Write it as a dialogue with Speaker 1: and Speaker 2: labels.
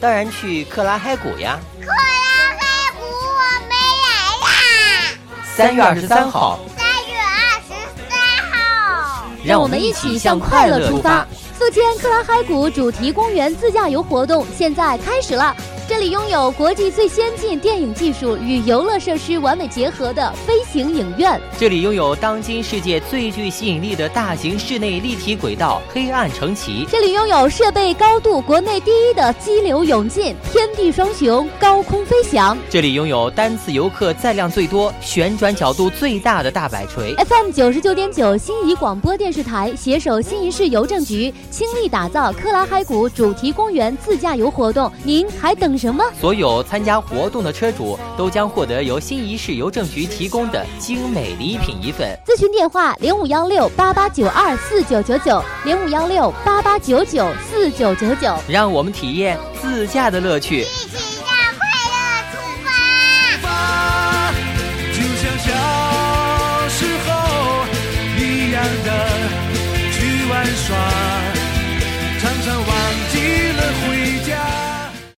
Speaker 1: 当然去克拉嗨谷呀。
Speaker 2: 克拉黑谷我没来啦！
Speaker 1: 三月二十三号，
Speaker 2: 三月二十三号，
Speaker 1: 让
Speaker 3: 让
Speaker 1: 我
Speaker 3: 我
Speaker 1: 们
Speaker 3: 们
Speaker 1: 一
Speaker 3: 一
Speaker 1: 起
Speaker 3: 起
Speaker 1: 向
Speaker 3: 向
Speaker 1: 快
Speaker 3: 快
Speaker 1: 乐
Speaker 3: 乐
Speaker 1: 出
Speaker 3: 出
Speaker 1: 发
Speaker 3: 发。宿迁克拉嗨谷主题公园自驾游活动现在开始了！这里拥有国际最先进电影技术与游乐设施完美结合的飞行影院，
Speaker 1: 这里拥有当今世界最具吸引力的大型室内立体轨道——黑暗城旗。
Speaker 3: 这里拥有设备高度国内第一的激流勇进、天地双雄高空飞翔。
Speaker 1: 这里拥有单次游客载量最多、旋转角度最大的大摆锤。
Speaker 3: FM 九十九点九心仪广播电视台携手新仪市邮政局倾力打造克拉嗨谷主题公园自驾游活动，您还等什么？
Speaker 1: 所有参加活动的车主都将获得由新仪市邮政局提供的精美礼品一份。
Speaker 3: 咨询电话零五幺六八八九二四九九九零五幺六八八九九四九九九。
Speaker 1: 让我们体验自驾的乐趣。
Speaker 2: 一起